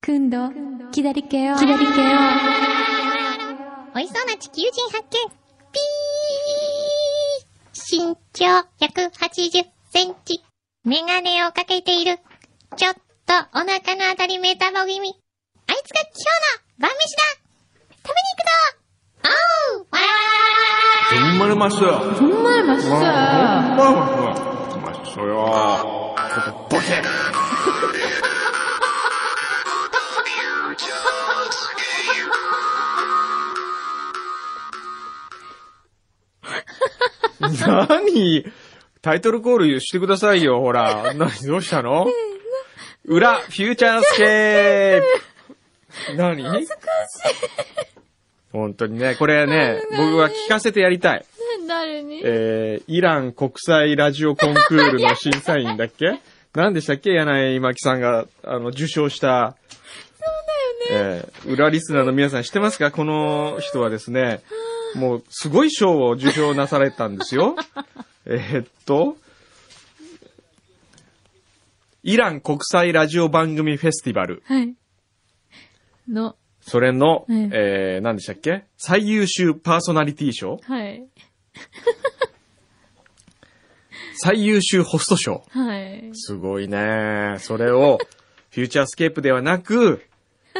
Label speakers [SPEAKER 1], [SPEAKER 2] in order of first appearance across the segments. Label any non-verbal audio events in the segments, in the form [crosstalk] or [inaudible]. [SPEAKER 1] くんど、左手を、
[SPEAKER 2] 左手を
[SPEAKER 3] 美味しそうな地球人発見ピー身長180センチ。メガネをかけている。ちょっとお腹のあたりメタボ気味。あいつが今日の晩飯だ食べに行くぞおうわー
[SPEAKER 4] 정말맛있어요
[SPEAKER 1] 정말 맛있어요.
[SPEAKER 4] 정말 맛있어요. 맛있어요. 보세.何タイトルコールしてくださいよ、ほら。何、どうしたの裏、フューチャースケープ何難しい。本当にね、これね、僕は聞かせてやりたい。
[SPEAKER 1] 誰に
[SPEAKER 4] えー、イラン国際ラジオコンクールの審査員だっ [laughs] け何でしたっけ柳井真紀さんが、あの、受賞した。そうだよね。えー、裏リスナーの皆さん知ってますかこの人はですね、もう、すごい賞を受賞なされたんです [laughs] よ。えーっと、イラン国際ラジオ番組フェスティバル。
[SPEAKER 1] はい。の、
[SPEAKER 4] それの、
[SPEAKER 1] うん
[SPEAKER 4] えー、何でしたっけ最優秀パーソナリティ賞
[SPEAKER 1] はい。
[SPEAKER 4] 最優秀ホスト賞
[SPEAKER 1] はい。
[SPEAKER 4] すごいね。それを、フューチャースケープではなく、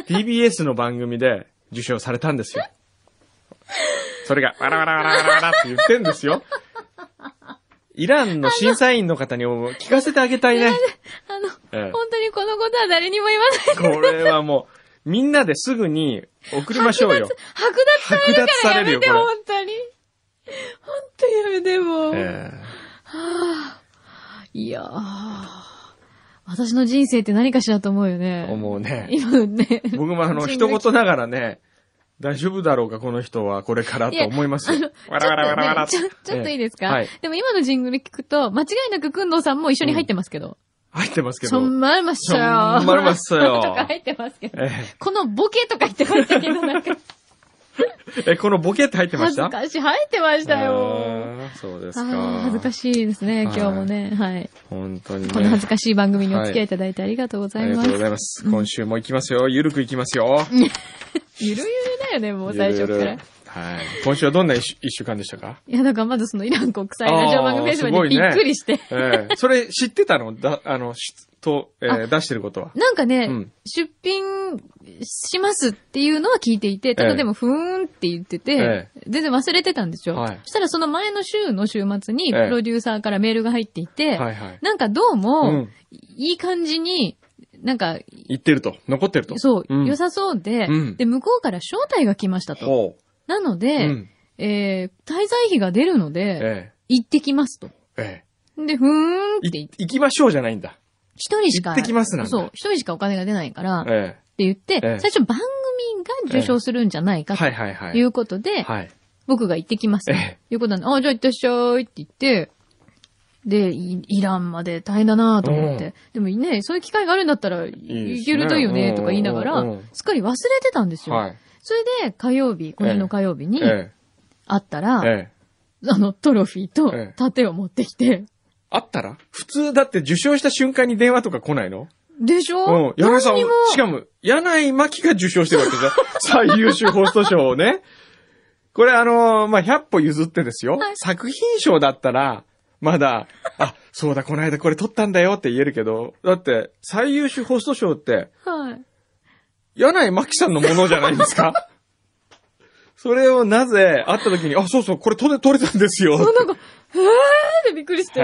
[SPEAKER 4] TBS の番組で受賞されたんですよ。それが、わらわらわらわらわらって言ってんですよ。イランの審査員の方にも聞かせてあげたいね。
[SPEAKER 1] あの、
[SPEAKER 4] ええ
[SPEAKER 1] 本当にこのことは誰にも言わない。
[SPEAKER 4] これはもう、みんなですぐに送りましょう
[SPEAKER 1] 剥
[SPEAKER 4] よ。
[SPEAKER 1] 奪されるからやめ
[SPEAKER 4] 剥奪される
[SPEAKER 1] て、
[SPEAKER 4] よこれ
[SPEAKER 1] 本当に。本当にやめて、もう。
[SPEAKER 4] ええ
[SPEAKER 1] いやー。私の人生って何かしらと思うよね。
[SPEAKER 4] 思うね。
[SPEAKER 1] 今のね。
[SPEAKER 4] 僕も
[SPEAKER 1] [laughs]
[SPEAKER 4] あの、一言ながらね、大丈夫だろうか、この人は、これからと思いますよ。わらわらわらわら
[SPEAKER 1] ちょっとねちょちょっといいですか、
[SPEAKER 4] ええはい。
[SPEAKER 1] でも今のジングル聞くと、間違いなくくんどうさんも一緒に入ってますけど。
[SPEAKER 4] 入ってますけ
[SPEAKER 1] そ
[SPEAKER 4] ど。
[SPEAKER 1] んまいまっしょよ。
[SPEAKER 4] そんまいまっしょよ
[SPEAKER 1] [laughs] とか入ってますけど。
[SPEAKER 4] ええ
[SPEAKER 1] このボケとか言ってましたけど、なんか、
[SPEAKER 4] え、このボケって入ってま
[SPEAKER 1] 恥
[SPEAKER 4] し
[SPEAKER 1] ず
[SPEAKER 4] た
[SPEAKER 1] かしい。入ってましたよ。
[SPEAKER 4] あーそうです
[SPEAKER 1] あ
[SPEAKER 4] か。
[SPEAKER 1] ー恥ずか
[SPEAKER 4] い。
[SPEAKER 1] しいですね、今日もね。はい。
[SPEAKER 4] 本当にね。
[SPEAKER 1] この恥ず
[SPEAKER 4] しい。
[SPEAKER 1] かしい番組にお付き合いいただいてありがとうござ
[SPEAKER 4] あ
[SPEAKER 1] い
[SPEAKER 4] りが
[SPEAKER 1] ます。
[SPEAKER 4] とうございます。今週も行きますよ。ゆるく行きますよ。
[SPEAKER 1] ゆるゆるだよね、もう最初から。
[SPEAKER 4] ゆるゆるはい。今週はどんな一週一週間でしたか
[SPEAKER 1] いや、だからまずそのイラン国際ラジオ番組フェスティバルでびっくりして。
[SPEAKER 4] ええそれ知ってたのだ、あの、しと、えー出してることは。
[SPEAKER 1] なんかね、
[SPEAKER 4] うん
[SPEAKER 1] 出品しますっていうのは聞いていて、た
[SPEAKER 4] え
[SPEAKER 1] だ
[SPEAKER 4] え
[SPEAKER 1] でもふーんって言ってて、
[SPEAKER 4] え
[SPEAKER 1] 全然忘れてたんですよ。
[SPEAKER 4] はい
[SPEAKER 1] そしたらその前の週の週末に、
[SPEAKER 4] ええ
[SPEAKER 1] プロデューサーからメールが入っていて、
[SPEAKER 4] はいはい。
[SPEAKER 1] なんかどうも、
[SPEAKER 4] うん
[SPEAKER 1] いい感じに、なんか、
[SPEAKER 4] 言ってると。残ってると。
[SPEAKER 1] そう、
[SPEAKER 4] うん
[SPEAKER 1] 良さそうで、
[SPEAKER 4] うん
[SPEAKER 1] で、向こうから招待が来ましたと。
[SPEAKER 4] ほ
[SPEAKER 1] なの
[SPEAKER 4] う。う
[SPEAKER 1] で、
[SPEAKER 4] ん。
[SPEAKER 1] えー、滞在費が出るので、
[SPEAKER 4] え
[SPEAKER 1] 行ってきますと。
[SPEAKER 4] え。え
[SPEAKER 1] で、ふーんって
[SPEAKER 4] え。
[SPEAKER 1] 言
[SPEAKER 4] い
[SPEAKER 1] って、
[SPEAKER 4] 行きましょうじゃないんだ。
[SPEAKER 1] 一人しか、
[SPEAKER 4] 行ってきますなんだ
[SPEAKER 1] そう、一人しかお金が出ないから、
[SPEAKER 4] え
[SPEAKER 1] って言って、
[SPEAKER 4] ええ
[SPEAKER 1] 最初番組が受賞するんじゃない
[SPEAKER 4] え。
[SPEAKER 1] か
[SPEAKER 4] はいはいは
[SPEAKER 1] と
[SPEAKER 4] い。
[SPEAKER 1] いうことで、
[SPEAKER 4] はい。
[SPEAKER 1] 僕が行ってきます。と
[SPEAKER 4] え
[SPEAKER 1] いうことなんで、あ、じゃあ行ってらっしゃいって言って、で、イイランまで大変だなと思って、でもね、そういう機会があるんだったら、
[SPEAKER 4] ですね
[SPEAKER 1] 行けるといいよね、とか言いながら、
[SPEAKER 4] うんうんうん
[SPEAKER 1] すっかり忘れてたんですよ。
[SPEAKER 4] はい。
[SPEAKER 1] それで、火曜日、今週の火曜日に、
[SPEAKER 4] え
[SPEAKER 1] 会った
[SPEAKER 4] え。
[SPEAKER 1] ら、
[SPEAKER 4] ええ。
[SPEAKER 1] あの、トロフィーと
[SPEAKER 4] ええ
[SPEAKER 1] 盾を持ってきて、
[SPEAKER 4] あったら普通だって受賞した瞬間に電話とか来ないの
[SPEAKER 1] でし
[SPEAKER 4] う
[SPEAKER 1] ょ
[SPEAKER 4] ん。柳井さん
[SPEAKER 1] 何にも、
[SPEAKER 4] しかも、柳井真紀が受賞してるわけじゃ [laughs] ん。最優秀ホスト賞をね。これあのーまあ、100歩譲ってですよ。
[SPEAKER 1] はい
[SPEAKER 4] 作品賞だったら、まだ、あ、そうだ、この間これ撮ったんだよって言えるけど、だって、最優秀ホスト賞って、
[SPEAKER 1] はい。
[SPEAKER 4] 柳井真紀さんのものじゃないですか [laughs] それをなぜ、会った時に、あ、そうそう、これ撮れ、撮れたんですよ。
[SPEAKER 1] もうなんか、へーってびっくりして。
[SPEAKER 4] へ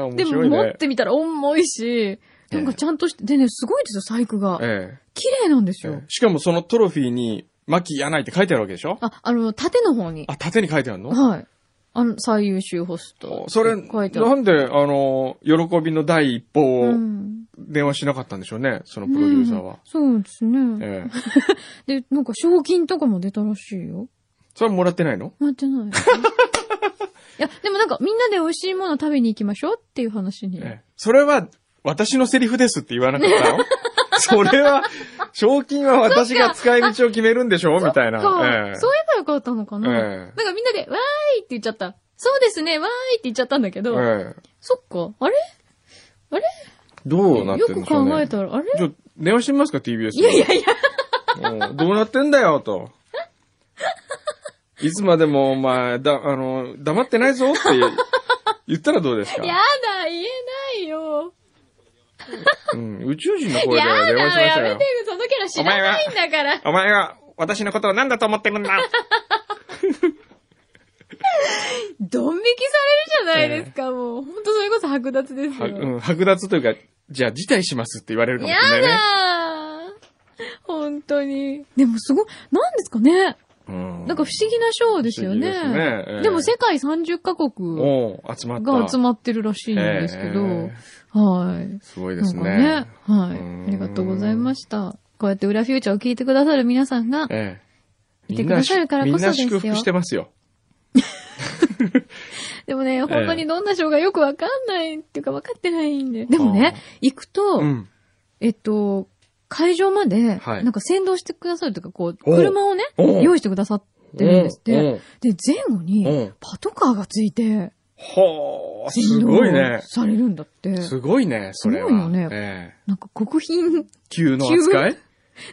[SPEAKER 4] ー、面
[SPEAKER 1] で
[SPEAKER 4] 白
[SPEAKER 1] も
[SPEAKER 4] いね。
[SPEAKER 1] 持ってみたら重いし、なんかちゃんとして、でね、すごいですよ、細工が。
[SPEAKER 4] ええ。
[SPEAKER 1] 綺麗なんですよ。
[SPEAKER 4] しかもそのトロフィーに、牧柳井って書いてあるわけでしょ
[SPEAKER 1] あ、あの、縦の方に。
[SPEAKER 4] あ、縦に書いてあるの
[SPEAKER 1] はい。あの、最優秀ホスト。
[SPEAKER 4] それ、
[SPEAKER 1] 書いてあ
[SPEAKER 4] な
[SPEAKER 1] る。
[SPEAKER 4] んで、あの、喜びの第一歩
[SPEAKER 1] う
[SPEAKER 4] を
[SPEAKER 1] ん
[SPEAKER 4] 電話しなかったんでしょうね、そのプロデューサーは。
[SPEAKER 1] うんそうですね。
[SPEAKER 4] ええ。
[SPEAKER 1] で、なんか賞金とかも出たらしいよ。
[SPEAKER 4] それはもらってないの
[SPEAKER 1] なって
[SPEAKER 4] [laughs]
[SPEAKER 1] ない。いや、でもなんかみんなで美味しいもの食べに行きましょうっていう話に。
[SPEAKER 4] ええ。それは、私のセリフですって言わなかった
[SPEAKER 1] [laughs]
[SPEAKER 4] のそれは、賞金は私が使い道を決めるんでしょみたいな。
[SPEAKER 1] そう
[SPEAKER 4] ええ
[SPEAKER 1] そう言えばよかったのかな。
[SPEAKER 4] ええ
[SPEAKER 1] なんかみんなで、わーいって言っちゃった。そうですね、わーいって言っちゃったんだけど、
[SPEAKER 4] ええ
[SPEAKER 1] そっか、あれあれ
[SPEAKER 4] どうなって
[SPEAKER 1] よ
[SPEAKER 4] るん
[SPEAKER 1] く
[SPEAKER 4] でしょうね。
[SPEAKER 1] 考えたら、あれ
[SPEAKER 4] じゃあ、電話してみますか、TBS
[SPEAKER 1] いやいやいや、
[SPEAKER 4] うんどうなってんだよ、と。いつまでも、お前、だ、あの、黙ってないぞって言ったらどうですか
[SPEAKER 1] やだ、言えないよ。
[SPEAKER 4] うん、宇宙人の声
[SPEAKER 1] や
[SPEAKER 4] で
[SPEAKER 1] だ、
[SPEAKER 4] 電話しまし
[SPEAKER 1] や
[SPEAKER 4] た
[SPEAKER 1] め
[SPEAKER 4] よ
[SPEAKER 1] て。よ、そのキャラ知らないんだから。
[SPEAKER 4] お前は、私のことを何だと思ってるんだ
[SPEAKER 1] ドン引きされるじゃないですか、もう。ほんとそれこそ剥奪です
[SPEAKER 4] は
[SPEAKER 1] よ。
[SPEAKER 4] うん、剥奪というか、じゃあ辞退しますって言われるかもし
[SPEAKER 1] や
[SPEAKER 4] れないね。
[SPEAKER 1] だー本当に。でもすごい、なんですかね
[SPEAKER 4] うん
[SPEAKER 1] なんか不思議なショーですよね。
[SPEAKER 4] 不思議ですねええ
[SPEAKER 1] でも世界30カ国
[SPEAKER 4] おう集まった。
[SPEAKER 1] が集まってるらしいんですけど、
[SPEAKER 4] え
[SPEAKER 1] はい。
[SPEAKER 4] すごいで
[SPEAKER 1] な
[SPEAKER 4] す
[SPEAKER 1] ん
[SPEAKER 4] ね
[SPEAKER 1] か。ね、は
[SPEAKER 4] うん
[SPEAKER 1] い。ありがとうございました。こうやって裏フューチャーを聞いてくださる皆さんが、
[SPEAKER 4] ええ。
[SPEAKER 1] いてくださるからこそですよ
[SPEAKER 4] みんな祝福してますよ。
[SPEAKER 1] でもね、本当にどんなショーがよくわかんないっていうかわかってないんで。でもね、行くと、
[SPEAKER 4] うん。
[SPEAKER 1] えっと、会場まで、
[SPEAKER 4] はい
[SPEAKER 1] なんか先導してくださるというか、こう、
[SPEAKER 4] おう
[SPEAKER 1] 車をね、
[SPEAKER 4] おう
[SPEAKER 1] 用意してくださってるんですって。
[SPEAKER 4] うん
[SPEAKER 1] で、前後
[SPEAKER 4] う
[SPEAKER 1] に
[SPEAKER 4] ん、
[SPEAKER 1] パトカーがついて、
[SPEAKER 4] ほー、すごいね。
[SPEAKER 1] されるんだって。
[SPEAKER 4] すごいね、それは。
[SPEAKER 1] すごいよね
[SPEAKER 4] ええ
[SPEAKER 1] なんか国賓、 [laughs]
[SPEAKER 4] 急の扱い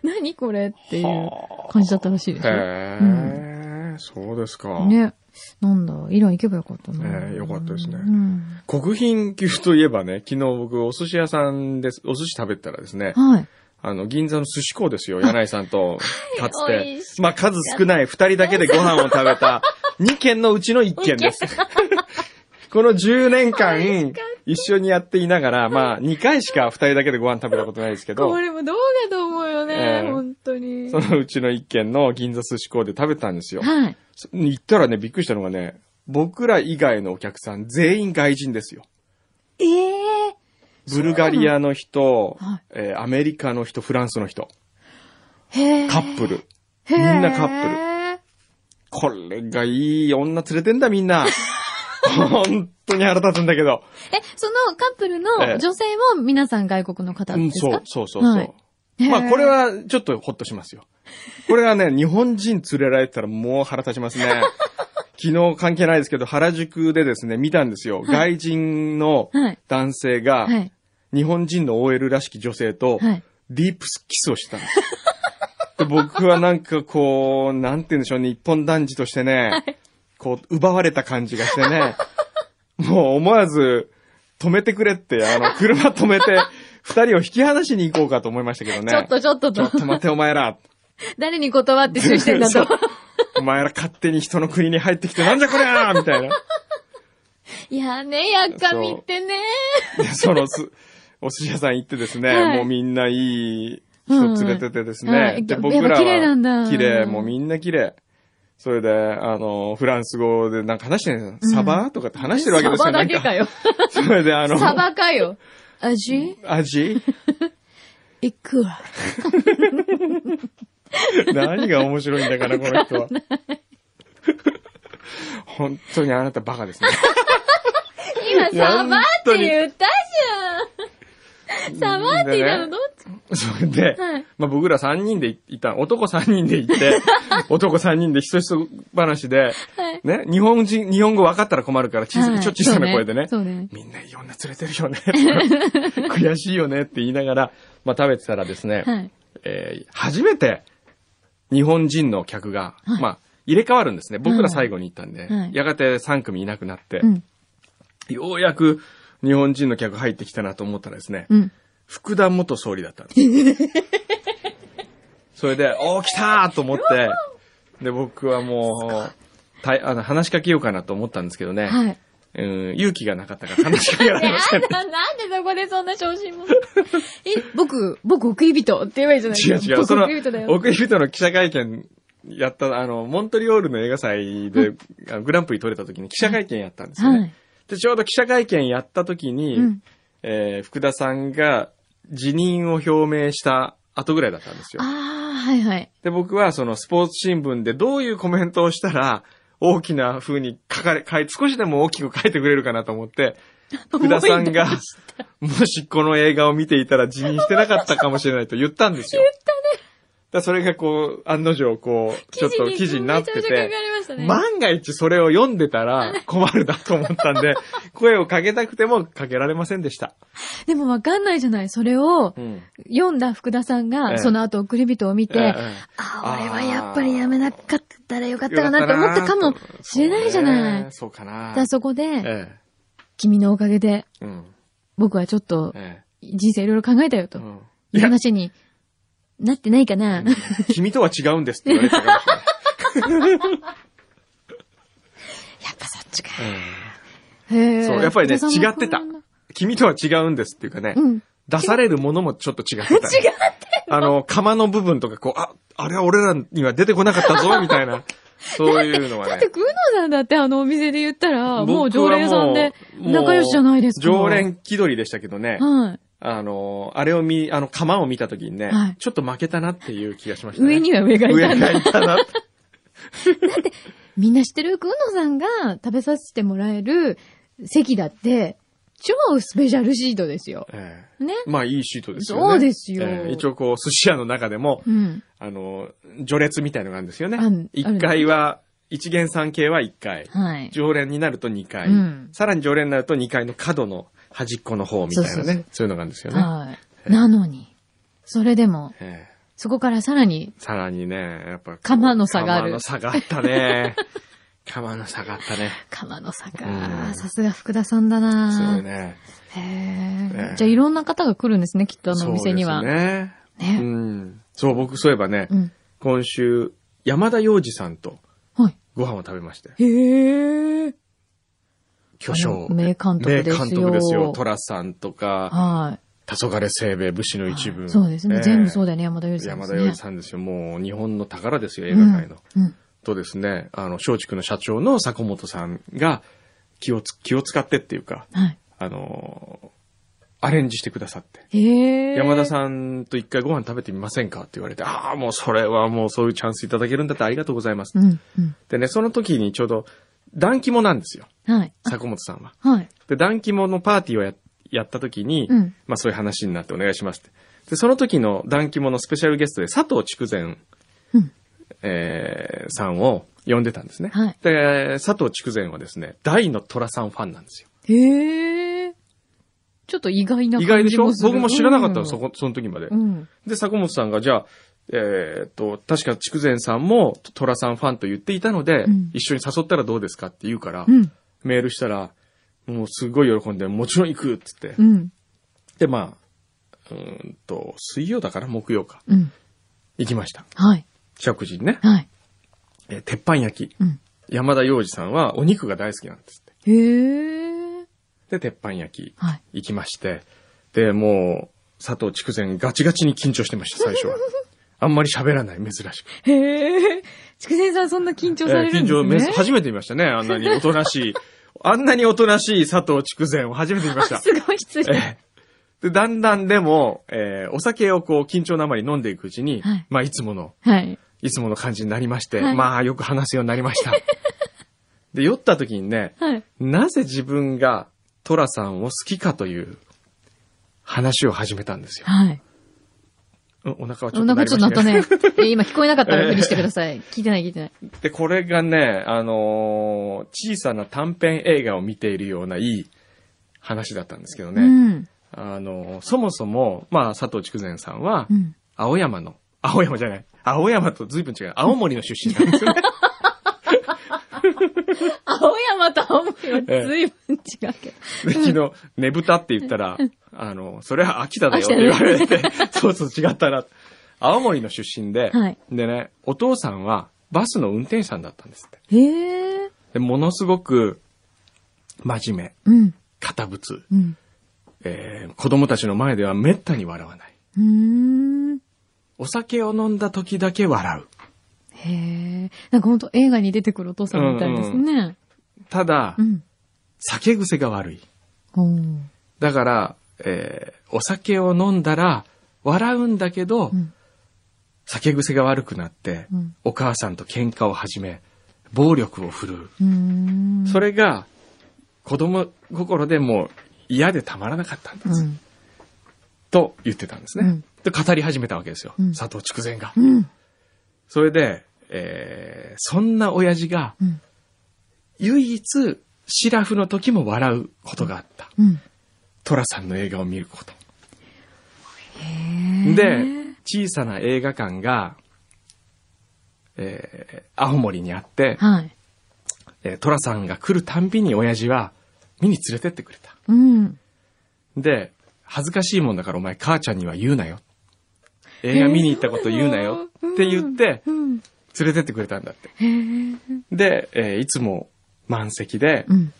[SPEAKER 1] 何これっていう
[SPEAKER 4] は
[SPEAKER 1] 感じだったらしいです
[SPEAKER 4] あ
[SPEAKER 1] よ。
[SPEAKER 4] へえ、そうですか。
[SPEAKER 1] ね。なんだ、イラン行けばよかったな。
[SPEAKER 4] ええよかったですね
[SPEAKER 1] うん。
[SPEAKER 4] 国賓級といえばね、昨日僕お寿司屋さんです、お寿司食べてたらですね、
[SPEAKER 1] はい。
[SPEAKER 4] あの、銀座の寿司港で
[SPEAKER 1] [laughs]
[SPEAKER 4] すよ、柳井さんと、かつ
[SPEAKER 1] 美
[SPEAKER 4] て
[SPEAKER 1] 味し。
[SPEAKER 4] まあ、数少ない二人だけでご飯を食べ
[SPEAKER 1] [laughs]
[SPEAKER 4] た、二軒のうちの一軒です。この10年間、一緒にやっていながら、まあ、2回しか二人だけでご飯食べたことないですけど
[SPEAKER 1] こ、れもどうかと思うよね
[SPEAKER 4] え、え
[SPEAKER 1] 本当に。
[SPEAKER 4] そのうちの一軒の銀座寿司港で食べたんですよ。
[SPEAKER 1] はい。
[SPEAKER 4] そ行ったらね、びっくりしたのがね、僕ら以外のお客さん全員外人ですよ。
[SPEAKER 1] ええ
[SPEAKER 4] ブルガリアの人
[SPEAKER 1] はい、
[SPEAKER 4] えーアメリカの人、フランスの人、
[SPEAKER 1] へえ。
[SPEAKER 4] カップル。
[SPEAKER 1] へえ。
[SPEAKER 4] みんなカップ
[SPEAKER 1] ル。
[SPEAKER 4] ルこれがいい女連れてんだ
[SPEAKER 1] [laughs]
[SPEAKER 4] みんな。本当に腹立つんだけど。
[SPEAKER 1] え、そのカップルの女性も皆さん外国の方
[SPEAKER 4] うん、
[SPEAKER 1] ですか、
[SPEAKER 4] そう、そうそうそう。
[SPEAKER 1] はい
[SPEAKER 4] まあ
[SPEAKER 1] へー
[SPEAKER 4] これはちょっとほっとしますよ。これがね、日本人連れられてたらもう腹立ちま
[SPEAKER 1] [laughs]
[SPEAKER 4] すね。昨日関係ないですけど、原宿でですね、見たんですよ。外人の
[SPEAKER 1] はい
[SPEAKER 4] 男性が、
[SPEAKER 1] はい。
[SPEAKER 4] 日本人の OL らしき女性と、
[SPEAKER 1] はい。
[SPEAKER 4] ディープキスをしてたんですよ。で僕はなんかこう、なんて言うんでしょうね、一本男児としてね、こう、奪われた感じがしてね、もう思わず、止めてくれって、あの、車止めて、二人を引き離しに行こうかと思いましたけどね。
[SPEAKER 1] ちょっとちょっと
[SPEAKER 4] ちょっ
[SPEAKER 1] と、
[SPEAKER 4] と待てお前ら。
[SPEAKER 1] 誰に断って注意してんだ
[SPEAKER 4] [laughs] そ
[SPEAKER 1] と
[SPEAKER 4] う。お前ら勝手に人の国に入ってきて、なんじゃこりゃーみたいな。
[SPEAKER 1] いやね、やっかみってね。
[SPEAKER 4] で、そのす、 [laughs] お寿司屋さん行ってですね、
[SPEAKER 1] はい
[SPEAKER 4] もうみんないい人連れててですね。
[SPEAKER 1] うんはい
[SPEAKER 4] で、
[SPEAKER 1] やっぱ
[SPEAKER 4] 僕らは
[SPEAKER 1] 綺麗なんだ
[SPEAKER 4] 綺麗、もうみんな綺麗。それで、あの、フランス語でなんか話してるんですよ。サバとかって話してるわけですよ。
[SPEAKER 1] サバだけ
[SPEAKER 4] なん
[SPEAKER 1] かよ。
[SPEAKER 4] [laughs] それで、あ
[SPEAKER 1] [laughs]
[SPEAKER 4] の、
[SPEAKER 1] サバかよ。味
[SPEAKER 4] 味
[SPEAKER 1] いくら。
[SPEAKER 4] 何が面白いんだから、この人は。本当にあなたバカですね。
[SPEAKER 1] 今、
[SPEAKER 4] いや
[SPEAKER 1] [laughs] サバって言ったじゃん。サバって言った
[SPEAKER 4] でね
[SPEAKER 1] のどっち
[SPEAKER 4] [laughs] それで、
[SPEAKER 1] はい
[SPEAKER 4] まあ僕ら3人で行った、男3人で
[SPEAKER 1] [laughs]
[SPEAKER 4] 行って、男3人でひそひそ話で、
[SPEAKER 1] はい
[SPEAKER 4] ね、日本人、日本語分かったら困るから、小さ
[SPEAKER 1] はい
[SPEAKER 4] ちょっと小さな声でね、
[SPEAKER 1] そうね。
[SPEAKER 4] みんないい女連れてるよね、 [laughs] 悔しいよねって言いながら、まあ食べてたらですね、
[SPEAKER 1] そうねはい。
[SPEAKER 4] えー初めて日本人の客が、まあ入れ替わるんですね。僕ら最後に行ったんで、
[SPEAKER 1] はい
[SPEAKER 4] やがて3組いなくなって、
[SPEAKER 1] うん。
[SPEAKER 4] ようやく日本人の客入ってきたなと思ったらですね、
[SPEAKER 1] うん。
[SPEAKER 4] 福田元総理だったんです。 [laughs] それで、おー、来たーと思って、で、僕はもう、たいあの話しかけようかなと思ったんですけどね、
[SPEAKER 1] はい。
[SPEAKER 4] うん勇気がなかったから話しかけられま
[SPEAKER 1] [laughs]
[SPEAKER 4] せ
[SPEAKER 1] や
[SPEAKER 4] ん。 [laughs]
[SPEAKER 1] だ、なんでそこでそんな昇進も。 [laughs] え、僕、僕、送り人って言えばいいじゃない
[SPEAKER 4] 違う
[SPEAKER 1] ですか。
[SPEAKER 4] 違う、そ
[SPEAKER 1] 僕、
[SPEAKER 4] の
[SPEAKER 1] 送り人だ、よ。
[SPEAKER 4] 奥井人の記者会見やった、あの、モントリオールの映画祭で、あのグランプリ取れた時に記者会見やったんですよね。
[SPEAKER 1] はい。
[SPEAKER 4] で、ちょうど記者会見やった時に、
[SPEAKER 1] うん
[SPEAKER 4] えー福田さんが辞任を表明した後ぐらいだったんですよ
[SPEAKER 1] あ。あ、はいはい。
[SPEAKER 4] で、僕はそのスポーツ新聞でどういうコメントをしたら、大きな風に書かれ、書い、少しでも大きく書いてくれるかなと思って、福田さんが
[SPEAKER 1] 思い出、
[SPEAKER 4] もしこの映画を見ていたら辞任してなかったかもしれないと言ったんですよ。言ったね。だそれがこう、案の定こう、ちょっと記事になって
[SPEAKER 1] めちゃめちゃ書か
[SPEAKER 4] て、
[SPEAKER 1] れましたね。
[SPEAKER 4] 万が一それを読んでたら困るなと思ったんで、声をかけたくてもかけられませんでした。
[SPEAKER 1] でもわかんないじゃない。それを
[SPEAKER 4] うん。
[SPEAKER 1] 読んだ福田さん
[SPEAKER 4] ええ
[SPEAKER 1] が、その後送り人を見て、
[SPEAKER 4] ええ
[SPEAKER 1] あ
[SPEAKER 4] あー
[SPEAKER 1] あ、俺はやっぱりやめなかったらよかったかなって思ったかもしれないじゃない。だ
[SPEAKER 4] そうかな。
[SPEAKER 1] からそこで、
[SPEAKER 4] え
[SPEAKER 1] 君のおかげで
[SPEAKER 4] え。うん。
[SPEAKER 1] 僕はちょっと
[SPEAKER 4] え
[SPEAKER 1] 人生いろいろ考えたよ
[SPEAKER 4] え。
[SPEAKER 1] と
[SPEAKER 4] う。ん
[SPEAKER 1] いう話になってないかな。 [laughs]
[SPEAKER 4] 君とは違うんですって言われたかもしれない。
[SPEAKER 1] やっぱそっちか。
[SPEAKER 4] うん
[SPEAKER 1] へえ。
[SPEAKER 4] そうやっぱりね
[SPEAKER 1] 福田さんも
[SPEAKER 4] 違ってた
[SPEAKER 1] こんな
[SPEAKER 4] 君とは違うんですっていうかね、
[SPEAKER 1] うん。
[SPEAKER 4] 出されるものもちょっと違ってた、ね。違ってあの、釜の部分とかこう、あ、あれは俺らには出てこなかったぞ、みたいな。そういうのは
[SPEAKER 1] だっ
[SPEAKER 4] ね
[SPEAKER 1] て。食うのなんだって、あのお店で言ったら、もう
[SPEAKER 4] 僕は
[SPEAKER 1] 常連さんで
[SPEAKER 4] もう
[SPEAKER 1] 仲良しじゃないですか。
[SPEAKER 4] 常。連気取りでしたけどね。
[SPEAKER 1] はい。
[SPEAKER 4] あの、あれを見、あの、釜を見たときにね、
[SPEAKER 1] はい
[SPEAKER 4] ちょっと負けたなっていう気がしましたね。
[SPEAKER 1] 上には上がいた
[SPEAKER 4] 上
[SPEAKER 1] んだ。
[SPEAKER 4] がいたなって。
[SPEAKER 1] みんな知ってるくうのさんが食べさせてもらえる席だって、超スペシャルシートですよ。
[SPEAKER 4] ええ
[SPEAKER 1] ね。
[SPEAKER 4] まあ、いいシートですよね。
[SPEAKER 1] そうですよ
[SPEAKER 4] ええ一応こう、寿司屋の中でも、
[SPEAKER 1] うん。
[SPEAKER 4] あの、序列みたいのがあるんですよね
[SPEAKER 1] あん。ある
[SPEAKER 4] 一階は、一元三系は一階。
[SPEAKER 1] はい。
[SPEAKER 4] 常連になると2階、
[SPEAKER 1] うん
[SPEAKER 4] さらに常連になると2階の角の端っこの方みたいなね。そ
[SPEAKER 1] そううそうそう
[SPEAKER 4] いうのがあるんですよね。
[SPEAKER 1] はい。なのに、それでも、
[SPEAKER 4] ええ
[SPEAKER 1] そこからさらに、
[SPEAKER 4] さらにね、やっぱ。
[SPEAKER 1] 釜の差がある
[SPEAKER 4] 釜の差があったね。
[SPEAKER 1] [laughs]
[SPEAKER 4] 釜の差があったね。
[SPEAKER 1] 釜の坂
[SPEAKER 4] うん。
[SPEAKER 1] さすが福田さんだ
[SPEAKER 4] すごい
[SPEAKER 1] な
[SPEAKER 4] ね。
[SPEAKER 1] へ
[SPEAKER 4] ええ
[SPEAKER 1] え。じゃあいろんな方が来るんですね、きっとあのお店には
[SPEAKER 4] そう。ですね。う
[SPEAKER 1] ね。
[SPEAKER 4] ん。そう、僕そういえばね、
[SPEAKER 1] うん。
[SPEAKER 4] 今週、山田洋次さんと
[SPEAKER 1] はい。
[SPEAKER 4] ご飯を食べまして。
[SPEAKER 1] へえ。
[SPEAKER 4] 巨匠。
[SPEAKER 1] あの名監督ですよ
[SPEAKER 4] 名監督ですよ。寅さんとか、
[SPEAKER 1] は
[SPEAKER 4] 黄昏清兵衛武士の
[SPEAKER 1] い。
[SPEAKER 4] 一部。
[SPEAKER 1] そうです
[SPEAKER 4] え
[SPEAKER 1] ね。
[SPEAKER 4] え
[SPEAKER 1] 全部そうだよね、山田洋次さんで
[SPEAKER 4] 山
[SPEAKER 1] す
[SPEAKER 4] 田
[SPEAKER 1] ね。
[SPEAKER 4] 洋次さんですよ。もう日本の宝ですよ、映
[SPEAKER 1] う
[SPEAKER 4] 画
[SPEAKER 1] ん
[SPEAKER 4] 界の。
[SPEAKER 1] うん。
[SPEAKER 4] とですね、あの、松竹の社長の坂本さんが気をつ、気を使ってっていうか、
[SPEAKER 1] はい。
[SPEAKER 4] あのーアレンジしてくださって。
[SPEAKER 1] へえ。
[SPEAKER 4] 山田さんと一回ご飯食べてみませんかって言われて、ああ、もうそれはもうそういうチャンスいただけるんだってありがとうございます。
[SPEAKER 1] うん。うん。
[SPEAKER 4] でね、その時にちょうど、団肝なんですよ、
[SPEAKER 1] はい。あ
[SPEAKER 4] 坂本さんは。
[SPEAKER 1] はい。
[SPEAKER 4] で、団肝のパーティーをややった時に、
[SPEAKER 1] うん
[SPEAKER 4] まあそういう話になってお願いしますって。で、その時の団肝のスペシャルゲストで佐藤筑前
[SPEAKER 1] うん。
[SPEAKER 4] えーさんを呼んでたんですね。
[SPEAKER 1] はい
[SPEAKER 4] で、佐藤筑前はですね、大の虎さんファンなんですよ。
[SPEAKER 1] へえ。ちょっと意外な
[SPEAKER 4] 意外
[SPEAKER 1] 感
[SPEAKER 4] でし
[SPEAKER 1] じ
[SPEAKER 4] ょ
[SPEAKER 1] もする。
[SPEAKER 4] 僕も知らなかった
[SPEAKER 1] う
[SPEAKER 4] の、
[SPEAKER 1] ん
[SPEAKER 4] そこ、その時まで
[SPEAKER 1] う。ん。
[SPEAKER 4] で、坂本さんが、じゃあ、えーっと、確か筑前さんも虎さんファンと言っていたので、
[SPEAKER 1] うん
[SPEAKER 4] 一緒に誘ったらどうですかって言うから、
[SPEAKER 1] うん。
[SPEAKER 4] メールしたら、もうすごい喜んで、もちろん行くって言って。
[SPEAKER 1] うん。
[SPEAKER 4] で、まあ、うーんと、水曜だから木曜か。
[SPEAKER 1] うん。
[SPEAKER 4] 行きました。
[SPEAKER 1] はい。
[SPEAKER 4] 食事にね、
[SPEAKER 1] はい。
[SPEAKER 4] えー鉄板焼き。
[SPEAKER 1] うん。
[SPEAKER 4] 山田洋次さんはお肉が大好きなんですって。
[SPEAKER 1] へえ。
[SPEAKER 4] で、鉄板焼き
[SPEAKER 1] はい。
[SPEAKER 4] 行きまして、で、もう、佐藤筑前ガチガチに緊張してました、最
[SPEAKER 1] [laughs]
[SPEAKER 4] 初は。あんまり喋らない、珍しく。
[SPEAKER 1] へえ。筑前さんそんな緊張されるん
[SPEAKER 4] 緊
[SPEAKER 1] ですね。
[SPEAKER 4] 張、め初めて見ましたね、あんなにおとなしい、 [laughs] あんなにおとなしい佐藤筑前を初めて見まし
[SPEAKER 1] [laughs]
[SPEAKER 4] た。
[SPEAKER 1] すごい失礼。
[SPEAKER 4] ええで、だんだんでも、えーお酒をこう、緊張のあまり飲んでいくうちに、
[SPEAKER 1] はい
[SPEAKER 4] まあ、いつもの、
[SPEAKER 1] はい。
[SPEAKER 4] いつもの感じになりまして、
[SPEAKER 1] はい
[SPEAKER 4] まあ、よく話すようになり
[SPEAKER 1] [laughs]
[SPEAKER 4] ました。で、酔った時にね、
[SPEAKER 1] はい。
[SPEAKER 4] なぜ自分がトラさんを好きかという話を始めたんですよ。
[SPEAKER 1] はい。
[SPEAKER 4] うんお腹はちょ
[SPEAKER 1] お
[SPEAKER 4] っと鳴
[SPEAKER 1] 腹
[SPEAKER 4] り
[SPEAKER 1] ちょ
[SPEAKER 4] ま
[SPEAKER 1] っと鳴
[SPEAKER 4] し
[SPEAKER 1] ったた
[SPEAKER 4] ね。
[SPEAKER 1] ね。え今聞こえなかったら無理してください。聞いてない聞いてない。
[SPEAKER 4] [laughs] で、これがね、あのー小さな短編映画を見ているようないい話だったんですけど
[SPEAKER 1] う
[SPEAKER 4] ね。
[SPEAKER 1] ん。
[SPEAKER 4] あのーそもそも、まあ、佐藤筑前さんは
[SPEAKER 1] う、ん。
[SPEAKER 4] 青山の、青山じゃない、青山と随分違う、青森の出身なんですよね。
[SPEAKER 1] 青山と青森は随分違うけど。
[SPEAKER 4] で昨日、ねぶたって言ったら、あの、それは秋田だよって言われて、 [laughs] そうそう違ったな。青森の出身で、
[SPEAKER 1] はい
[SPEAKER 4] でね、お父さんはバスの運転手さんだったんですって。
[SPEAKER 1] へえ。
[SPEAKER 4] で、ものすごく、真面目、
[SPEAKER 1] うん。
[SPEAKER 4] 堅物、
[SPEAKER 1] うん。
[SPEAKER 4] えー子供たちの前では滅多に笑わない。
[SPEAKER 1] うーん。
[SPEAKER 4] お酒を飲んだ時だけ笑う。
[SPEAKER 1] へえ。なんか本当映画に出てくるお父さんみたいですね。
[SPEAKER 4] ただ、
[SPEAKER 1] うん。
[SPEAKER 4] 酒癖が悪い。
[SPEAKER 1] お
[SPEAKER 4] だから、えーお酒を飲んだら、笑うんだけど、
[SPEAKER 1] うん
[SPEAKER 4] 酒癖が悪くなって、
[SPEAKER 1] うん
[SPEAKER 4] お母さんと喧嘩を始め、暴力を振るう。
[SPEAKER 1] うーん。
[SPEAKER 4] それが、子供心でもう嫌でたまらなかったんで
[SPEAKER 1] う
[SPEAKER 4] す。
[SPEAKER 1] ん。
[SPEAKER 4] と言ってたんですね。
[SPEAKER 1] うん
[SPEAKER 4] で、語り始めたわけですよ。
[SPEAKER 1] うん
[SPEAKER 4] 佐藤筑前が。
[SPEAKER 1] うん。
[SPEAKER 4] それで、えーそんな親父が
[SPEAKER 1] うん。
[SPEAKER 4] 唯一シラフの時も笑うことがあった。
[SPEAKER 1] うん。
[SPEAKER 4] トラさんの映画を見ること。
[SPEAKER 1] へー
[SPEAKER 4] で、小さな映画館が、えー、青森にあって、
[SPEAKER 1] はい。
[SPEAKER 4] えートラさんが来るたんびに親父は見に連れてってくれた。
[SPEAKER 1] うん。
[SPEAKER 4] で、恥ずかしいもんだからお前母ちゃんには言うなよ。映画見に行ったこと言うなよって言って
[SPEAKER 1] うん。
[SPEAKER 4] 連れてってくれたんだって。
[SPEAKER 1] へー
[SPEAKER 4] で、えーいつも満席で、
[SPEAKER 1] うん。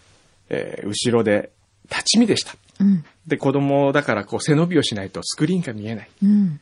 [SPEAKER 4] えー後ろで立ち見でした。
[SPEAKER 1] うん。
[SPEAKER 4] で、子供だからこう背伸びをしないとスクリーンが見えない。
[SPEAKER 1] うん。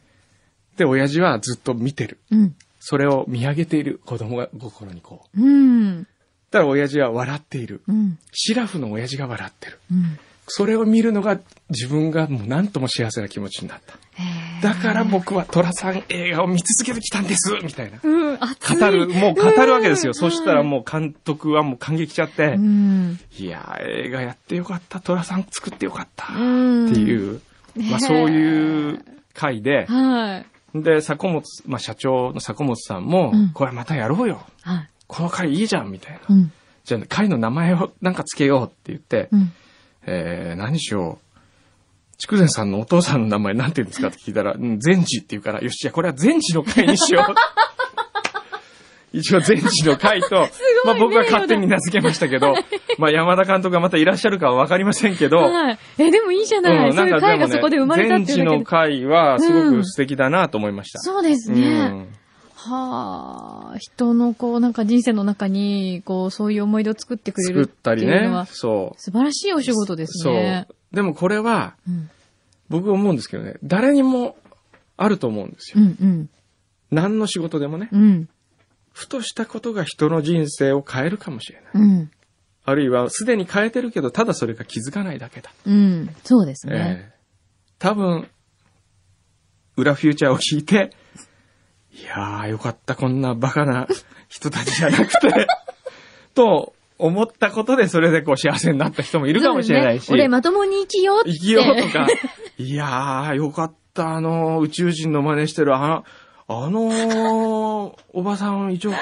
[SPEAKER 4] で、親父はずっと見てる。
[SPEAKER 1] うん。
[SPEAKER 4] それを見上げている子供が心にこう。
[SPEAKER 1] うん。
[SPEAKER 4] だから親父は笑っている。
[SPEAKER 1] うん。
[SPEAKER 4] シラフの親父が笑ってる。
[SPEAKER 1] うん。
[SPEAKER 4] それを見るのが自分がもう何とも幸せな気持ちになった。
[SPEAKER 1] へー
[SPEAKER 4] だから僕は寅さん映画を見続けてきたんですみたいな。
[SPEAKER 1] うん。熱い
[SPEAKER 4] 語る、もう語るわけですよ。そしたら
[SPEAKER 1] う
[SPEAKER 4] もう監督はもう感激しちゃって
[SPEAKER 1] ん。う、ん。
[SPEAKER 4] いやー映画やってよかった、寅さん作ってよかった、って
[SPEAKER 1] うん
[SPEAKER 4] いう、まあそう
[SPEAKER 1] う
[SPEAKER 4] い
[SPEAKER 1] ん
[SPEAKER 4] う回で、
[SPEAKER 1] はい。
[SPEAKER 4] で、坂本、まあ社長の坂本さんも
[SPEAKER 1] うん、
[SPEAKER 4] これまたやろうよ。
[SPEAKER 1] はい。
[SPEAKER 4] この回いいじゃん、みたいな。
[SPEAKER 1] うん。
[SPEAKER 4] じゃあ、会の名前をなんかつけようって言って、
[SPEAKER 1] うん。
[SPEAKER 4] えー、何しよう。筑前さんのお父さんの名前なんて言うんですかって聞いたら、うん、善治って言うから、よし、じゃあこれは善治の会にしよう。一応善治の
[SPEAKER 1] [laughs]
[SPEAKER 4] 会と、まあ僕は勝手に名付けましたけど、 [laughs] まあ山田監督がまたいらっしゃるかはわかりませんけど、
[SPEAKER 1] はい。え、でもいいじゃない。そういう会がそこで生まれたっていう
[SPEAKER 4] 善治
[SPEAKER 1] だけ
[SPEAKER 4] の
[SPEAKER 1] で。
[SPEAKER 4] 会はすごく素敵だなと思いました。
[SPEAKER 1] そうです
[SPEAKER 4] う
[SPEAKER 1] ね。
[SPEAKER 4] ん
[SPEAKER 1] はあ、人のこう、なんか人生の中に、こう、そういう思い出を作ってくれ
[SPEAKER 4] 作っ
[SPEAKER 1] るって
[SPEAKER 4] たり
[SPEAKER 1] いうの
[SPEAKER 4] ね
[SPEAKER 1] は、。
[SPEAKER 4] そう。
[SPEAKER 1] 素晴らしいお仕事ですね。
[SPEAKER 4] そう。でもこれは、
[SPEAKER 1] うん。
[SPEAKER 4] 僕思うんですけどね、誰にもあると思うんです
[SPEAKER 1] う
[SPEAKER 4] よ。
[SPEAKER 1] ん、うん。
[SPEAKER 4] 何の仕事でもね、
[SPEAKER 1] うん。
[SPEAKER 4] ふとしたことが人の人生を変えるかもしれない。
[SPEAKER 1] うん。
[SPEAKER 4] あるいは、すでに変えてるけど、ただそれが気づかないだけだ。
[SPEAKER 1] うん。そうですね。
[SPEAKER 4] ええ多分、裏フューチャーを聞いて、いやーよかった、こんなバカな人たちじゃなくて、と思ったことで、それでこう幸せになった人もいるかもしれないし。
[SPEAKER 1] そうですね俺まともに生きようって。
[SPEAKER 4] 生きようとか、 [laughs] いやー、よかった、あの、宇宙人の真似してる、あの、
[SPEAKER 1] [laughs]
[SPEAKER 4] あの、おばさん、一応、ひ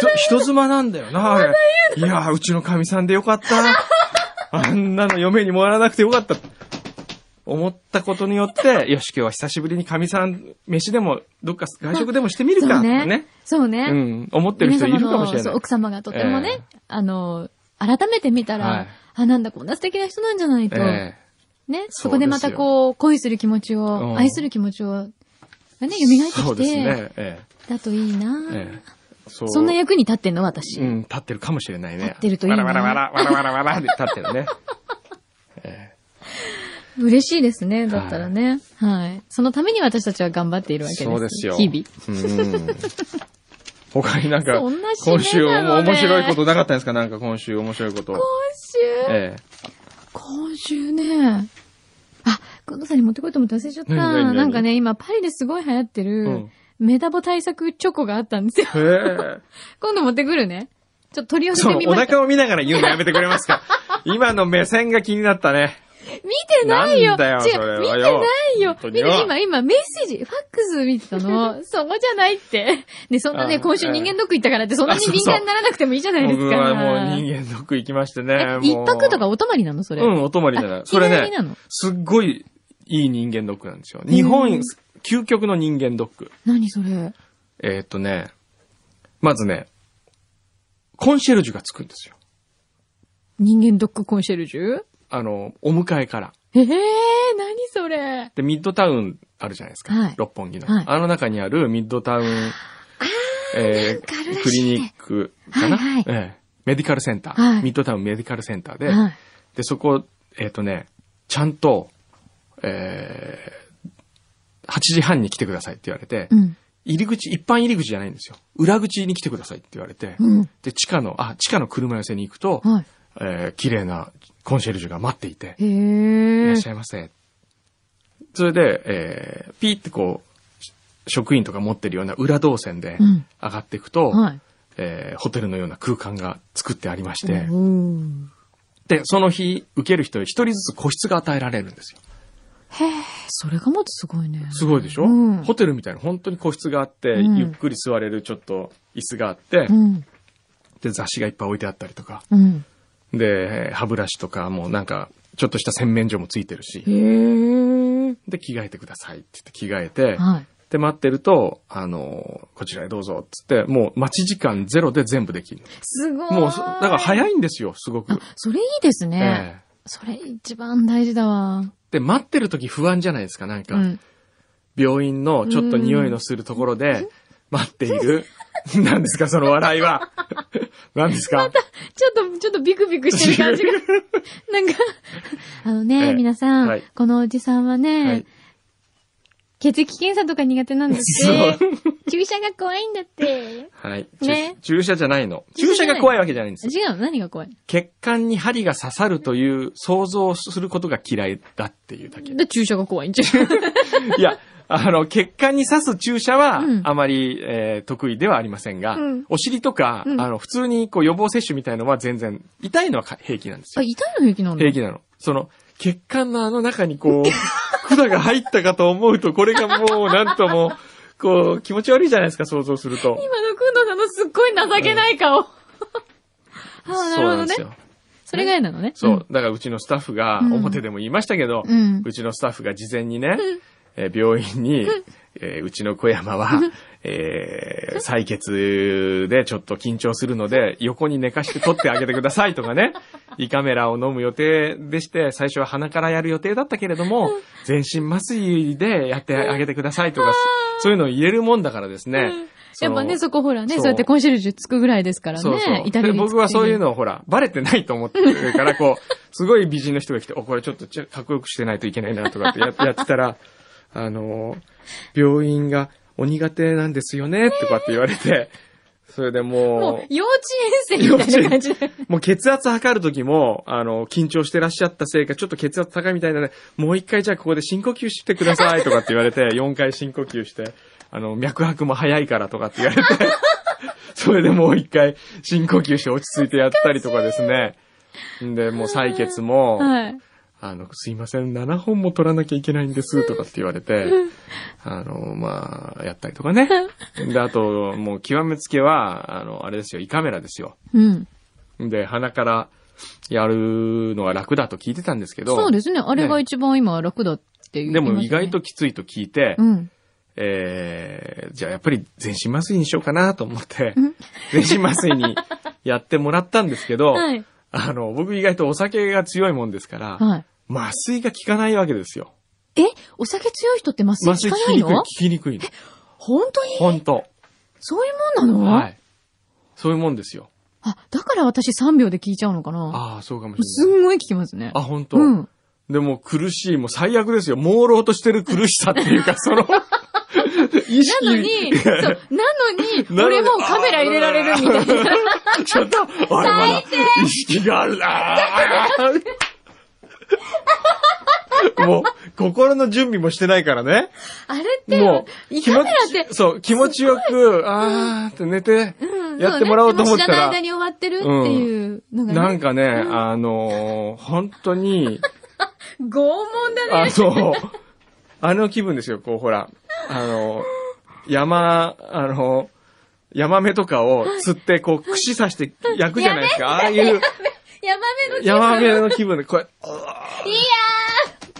[SPEAKER 4] と、人妻なんだよな、あれ。いやー、うちの神さんでよ
[SPEAKER 1] [laughs]
[SPEAKER 4] かった。あんなの嫁にもらわなくてよかった。思ったことによって、よし、今日は久しぶりに神さん、飯でも、どっか外食でもしてみる
[SPEAKER 1] そ
[SPEAKER 4] か、
[SPEAKER 1] う
[SPEAKER 4] ね
[SPEAKER 1] ねそうね。
[SPEAKER 4] うん。思ってる人いるかもし
[SPEAKER 1] 皆様の
[SPEAKER 4] れ
[SPEAKER 1] そ
[SPEAKER 4] な
[SPEAKER 1] う
[SPEAKER 4] い。
[SPEAKER 1] 奥様がとてもね、あの、改めて見たら、
[SPEAKER 4] はい
[SPEAKER 1] あ、なんだ、こんな素敵な人なんじゃないと、
[SPEAKER 4] え
[SPEAKER 1] ね、
[SPEAKER 4] そ
[SPEAKER 1] そうこでまたこう、恋する気持ち
[SPEAKER 4] う
[SPEAKER 1] を、
[SPEAKER 4] ん
[SPEAKER 1] 愛する気持ちを、がね、蘇
[SPEAKER 4] え
[SPEAKER 1] って
[SPEAKER 4] そ
[SPEAKER 1] き
[SPEAKER 4] うです
[SPEAKER 1] て、
[SPEAKER 4] ね。え
[SPEAKER 1] だといいな、
[SPEAKER 4] えええそ
[SPEAKER 1] そんな役に立ってんの、私。
[SPEAKER 4] うん、立ってるかもしれないね。
[SPEAKER 1] 立ってるといいね
[SPEAKER 4] わらわらわらわらわらわらで立って
[SPEAKER 1] [laughs]
[SPEAKER 4] るね。え
[SPEAKER 1] 嬉しいですね、だったらね、はい。そのために私たちは頑張っているわ
[SPEAKER 4] ー
[SPEAKER 1] けです。
[SPEAKER 4] そうですよ。
[SPEAKER 1] 日々。
[SPEAKER 4] うん。他になんか、
[SPEAKER 1] そんな締めなの
[SPEAKER 4] 今
[SPEAKER 1] ね
[SPEAKER 4] 週も面白いことなかったんですかなんか今週面白いこと。
[SPEAKER 1] 今週、
[SPEAKER 4] え
[SPEAKER 1] 今週ね、あ、近藤さんに持ってこいと思って忘れちゃった。
[SPEAKER 4] 何何何
[SPEAKER 1] なんかね、今パリですごい流行って
[SPEAKER 4] え
[SPEAKER 1] る、
[SPEAKER 4] うん。
[SPEAKER 1] メタボ対策チョコがあったんですよ。
[SPEAKER 4] へ
[SPEAKER 1] [laughs]
[SPEAKER 4] え。今
[SPEAKER 1] 今度持ってくるね。ちょっと取り寄せ
[SPEAKER 4] そ
[SPEAKER 1] て
[SPEAKER 4] の
[SPEAKER 1] み
[SPEAKER 4] お
[SPEAKER 1] ました。
[SPEAKER 4] 腹を見ながら言うのやめてく
[SPEAKER 1] [laughs]
[SPEAKER 4] れますか今の目線が気になったね。
[SPEAKER 1] 見てないよ
[SPEAKER 4] なんだよ
[SPEAKER 1] 違う
[SPEAKER 4] それはよ
[SPEAKER 1] 見てないよ
[SPEAKER 4] 本当
[SPEAKER 1] 見
[SPEAKER 4] に
[SPEAKER 1] て
[SPEAKER 4] よ
[SPEAKER 1] 今、今、メッセージ、ファックス見てたの。
[SPEAKER 4] [laughs]
[SPEAKER 1] そこじゃないって。ね、そんな
[SPEAKER 4] あ
[SPEAKER 1] ね、今週
[SPEAKER 4] ええ
[SPEAKER 1] 人間ドック行ったからってそんなに敏感にならなくてもいいじゃないです
[SPEAKER 4] 僕
[SPEAKER 1] か。
[SPEAKER 4] はもう人間ドック行きましてね。
[SPEAKER 1] え
[SPEAKER 4] も
[SPEAKER 1] 一
[SPEAKER 4] う
[SPEAKER 1] 泊とかお泊まりなのそれ。
[SPEAKER 4] うん、お泊まりじゃない
[SPEAKER 1] あ。
[SPEAKER 4] それ
[SPEAKER 1] 日帰りな
[SPEAKER 4] ね
[SPEAKER 1] の、
[SPEAKER 4] すっごいいい人間ドックなんですよ。日
[SPEAKER 1] う
[SPEAKER 4] 本
[SPEAKER 1] ん、
[SPEAKER 4] 究極の人間ドック。
[SPEAKER 1] 何それ。
[SPEAKER 4] えーっ、とね、まずね、コンシェルジュがつくんですよ。
[SPEAKER 1] 人間ドックコンシェルジュ
[SPEAKER 4] あの、お迎えから。
[SPEAKER 1] ええー、何それ。
[SPEAKER 4] で、ミッドタウンあるじゃないですか。
[SPEAKER 1] はい
[SPEAKER 4] 六本木の、
[SPEAKER 1] はい
[SPEAKER 4] あの中にあるミッドタウン、え
[SPEAKER 1] かあるらしいね
[SPEAKER 4] クリニックかな、
[SPEAKER 1] はいはい
[SPEAKER 4] ええメディカルセンター、
[SPEAKER 1] はい
[SPEAKER 4] ミッドタウンメディカルセンターで、
[SPEAKER 1] はい。
[SPEAKER 4] で、そこ、えーっ、とね、ちゃんと、えー、8時半に来てくださいって言われて、
[SPEAKER 1] うん。
[SPEAKER 4] 入り口、一般入り口じゃないんですよ。裏口に来てくださいって言われて、
[SPEAKER 1] うん。
[SPEAKER 4] で、地下の、あ、地下の車寄せに行くと、
[SPEAKER 1] はい。
[SPEAKER 4] えー綺麗なコンシェルジュが待っていて、
[SPEAKER 1] へ
[SPEAKER 4] いら
[SPEAKER 1] え
[SPEAKER 4] っし。ゃいませ。それで、えーピーってこう、し職員とか持ってるような裏動線で
[SPEAKER 1] うん
[SPEAKER 4] 上がっていくと、
[SPEAKER 1] はい。
[SPEAKER 4] えーホテルのような空間が作ってありまして、
[SPEAKER 1] うん
[SPEAKER 4] で、その日受ける人に一人ずつ個室が与えられるんですよ。
[SPEAKER 1] へえ、それがまたすごいね。
[SPEAKER 4] すごいでしょ、
[SPEAKER 1] うん
[SPEAKER 4] ホテルみたいな本当に個室があって、
[SPEAKER 1] うん
[SPEAKER 4] ゆっくり座れるちょっと椅子があって、
[SPEAKER 1] うん。
[SPEAKER 4] で、雑誌がいっぱい置いてあったりとか、
[SPEAKER 1] うん。
[SPEAKER 4] で、歯ブラシとか、もうなんか、ちょっとした洗面所もついてるし
[SPEAKER 1] へ、ー。
[SPEAKER 4] で、着替えてくださいって言って着替えて、
[SPEAKER 1] はい。
[SPEAKER 4] で、待ってると、あの、こちらへどうぞ、つって、もう待ち時間ゼロで全部できる。
[SPEAKER 1] すごい。
[SPEAKER 4] もう、そなんか早いんですよ、すごく
[SPEAKER 1] あ。、それいいですね。
[SPEAKER 4] ええ
[SPEAKER 1] それ一番大事だわ。
[SPEAKER 4] で、待ってる時不安じゃないですか、なんか。
[SPEAKER 1] うん。
[SPEAKER 4] 病院のちょっと匂いのするところで、待っている。 [laughs] 何ですか、その笑いは。 [laughs] 何です
[SPEAKER 1] ちょ
[SPEAKER 4] か、
[SPEAKER 1] っと、ちょっとビクビクしてる
[SPEAKER 4] [laughs]
[SPEAKER 1] 感じが。なんか、あのね、
[SPEAKER 4] ええ
[SPEAKER 1] 皆さん、
[SPEAKER 4] はい
[SPEAKER 1] このおじさんはね、
[SPEAKER 4] はい
[SPEAKER 1] 血液検査とか苦手なんですって
[SPEAKER 4] そう。
[SPEAKER 3] 注射が怖いんだ [laughs] って。
[SPEAKER 4] はい。
[SPEAKER 1] ね
[SPEAKER 4] 注注射じゃないの。
[SPEAKER 1] 注
[SPEAKER 4] 注
[SPEAKER 1] 射
[SPEAKER 4] 射
[SPEAKER 1] じゃない
[SPEAKER 4] が怖いわけじゃないんです。
[SPEAKER 1] 違うの何が怖い
[SPEAKER 4] 血管に針が刺さるという想像をすることが嫌いだっていうだけ。
[SPEAKER 1] で注射が怖いんじゃん。
[SPEAKER 4] いや、あの、血管に刺す注射は
[SPEAKER 1] うん、
[SPEAKER 4] あまり、えー得意ではありませんが、
[SPEAKER 3] うん
[SPEAKER 4] お尻とか、
[SPEAKER 1] うん
[SPEAKER 4] あの、普通にこう予防接種みたいのは全然、痛いのはか平気なんです
[SPEAKER 1] あ、
[SPEAKER 4] よ。
[SPEAKER 1] 痛いの平気なんだ
[SPEAKER 4] 平。気なの。その、血管のあの中にこう、 [laughs] 管が入ったかと思うと、これがもう、なんとも、こう、気持ち悪いじゃないですか、想像すると。
[SPEAKER 1] 今のくんのさんのすっごい情けない顔。 [laughs] ああ、なる
[SPEAKER 4] そう
[SPEAKER 1] ほ
[SPEAKER 4] な
[SPEAKER 1] どね
[SPEAKER 4] んです。よ。
[SPEAKER 1] それが嫌なのね。
[SPEAKER 4] そう。だからうちのスタッフが、
[SPEAKER 1] うん
[SPEAKER 4] 表でも言いましたけど、
[SPEAKER 1] うん。うん。
[SPEAKER 4] うちのスタッフが事前にね、えー病院に、えーうちの小山は、えー採血でちょっと緊張するので、横に寝かして取ってあげてくださいとかね、
[SPEAKER 1] [laughs]
[SPEAKER 4] 胃カメラを飲む予定でして、最初は鼻からやる予定だったけれども、全身麻酔でやってあげてくださいとか、そういうのを言えるもんだからですね。そ
[SPEAKER 1] やっ
[SPEAKER 4] の
[SPEAKER 1] ぱね、そこほらね、
[SPEAKER 4] そ
[SPEAKER 1] そううやってコンシェルジュつくぐらいですからね。
[SPEAKER 4] そうそう。
[SPEAKER 1] 至れり尽
[SPEAKER 4] で、
[SPEAKER 1] くせり
[SPEAKER 4] 僕はそういうのをほら、バレてないと思ってるから、こう、 [laughs] すごい美人の人が来て、お、これちょっとちょかっこよくしてないといけないなとかってややってたら、あのー、病院がお苦手なんですよね、とかって言われて、それで
[SPEAKER 1] も
[SPEAKER 4] も
[SPEAKER 1] う、幼稚園生みたいな感じで。
[SPEAKER 4] う、もう血圧測る時も、あの、緊張してらっしゃったせいか、ちょっと血圧高いみたいなので、もう一回じゃあここで深呼吸してくださいとかって言われて、4回
[SPEAKER 1] [laughs]
[SPEAKER 4] 深呼吸して、あの、脈拍も早いからとかって言われて、 [laughs] それでもう一回深呼吸して落ち着いてやったりとかですね。んで、もう採血も、
[SPEAKER 1] はい。
[SPEAKER 4] あの、すいません、7本も取らなきゃいけないんです、とかって言われて、あの、まあ、やったりとかね。で、あと、もう極めつけは、あの、あれですよ、胃カメラですよ。
[SPEAKER 1] うん。
[SPEAKER 4] で、鼻からやるのが楽だと聞いてたんですけど、
[SPEAKER 1] そうですね。あれが一番今楽だっていう、
[SPEAKER 4] でも意外と、きついと聞いて、
[SPEAKER 1] うん。
[SPEAKER 4] えー、じゃあやっぱり全身麻酔にしようかなと思って
[SPEAKER 1] うん、
[SPEAKER 4] 全身麻酔にやってもらったんですけど、
[SPEAKER 1] [laughs] はい。
[SPEAKER 4] あの、僕意外とお酒が強いもんですから、
[SPEAKER 1] はい。
[SPEAKER 4] 麻酔が効かないわけですよ。
[SPEAKER 1] えお酒強い人って麻酔
[SPEAKER 4] 麻酔
[SPEAKER 1] 効か
[SPEAKER 4] 効
[SPEAKER 1] な
[SPEAKER 4] き
[SPEAKER 1] い
[SPEAKER 4] にくい、
[SPEAKER 1] の
[SPEAKER 4] 効きにくいの。
[SPEAKER 1] 本当に
[SPEAKER 4] ほんと。
[SPEAKER 1] そういうもんなの、
[SPEAKER 4] はい。そういうもんですよ。
[SPEAKER 1] あ、だから私3秒で聞いちゃうのかな
[SPEAKER 4] ああ、そうかもし
[SPEAKER 1] す
[SPEAKER 4] れない。
[SPEAKER 1] んごい聞きますね。
[SPEAKER 4] あ、ほんと。
[SPEAKER 1] うん。
[SPEAKER 4] でも苦しい、もう最悪ですよ。朦朧としてる苦しさってい
[SPEAKER 1] [laughs]
[SPEAKER 4] うか、その、意識。
[SPEAKER 1] なのに、そう、なのに、
[SPEAKER 4] [laughs] なので
[SPEAKER 1] 俺もうカメラ入れられるみたいな。
[SPEAKER 4] ちょっと、俺まだ意識がある
[SPEAKER 1] [laughs]
[SPEAKER 4] なもう、心の準備もしてないからね。
[SPEAKER 1] あれって、
[SPEAKER 4] もう、
[SPEAKER 1] 胃カメラ
[SPEAKER 4] 気
[SPEAKER 1] っ
[SPEAKER 4] 持
[SPEAKER 1] て
[SPEAKER 4] ち、そう、気持ちよく、あーって寝て、
[SPEAKER 1] うん
[SPEAKER 4] やってもらおうと思ったら
[SPEAKER 1] そうね知らない間に終わってるっていうのがね。
[SPEAKER 4] なんかね、あのー本当に、
[SPEAKER 1] 拷問だね。
[SPEAKER 4] あの、あの気分ですよ、こう、ほら、あの、山、あの、ヤマメとかを釣って、こう、串刺して焼くじゃないですか。ああいう、
[SPEAKER 1] ヤマメの気分
[SPEAKER 4] ヤマメの気分で、これ、いや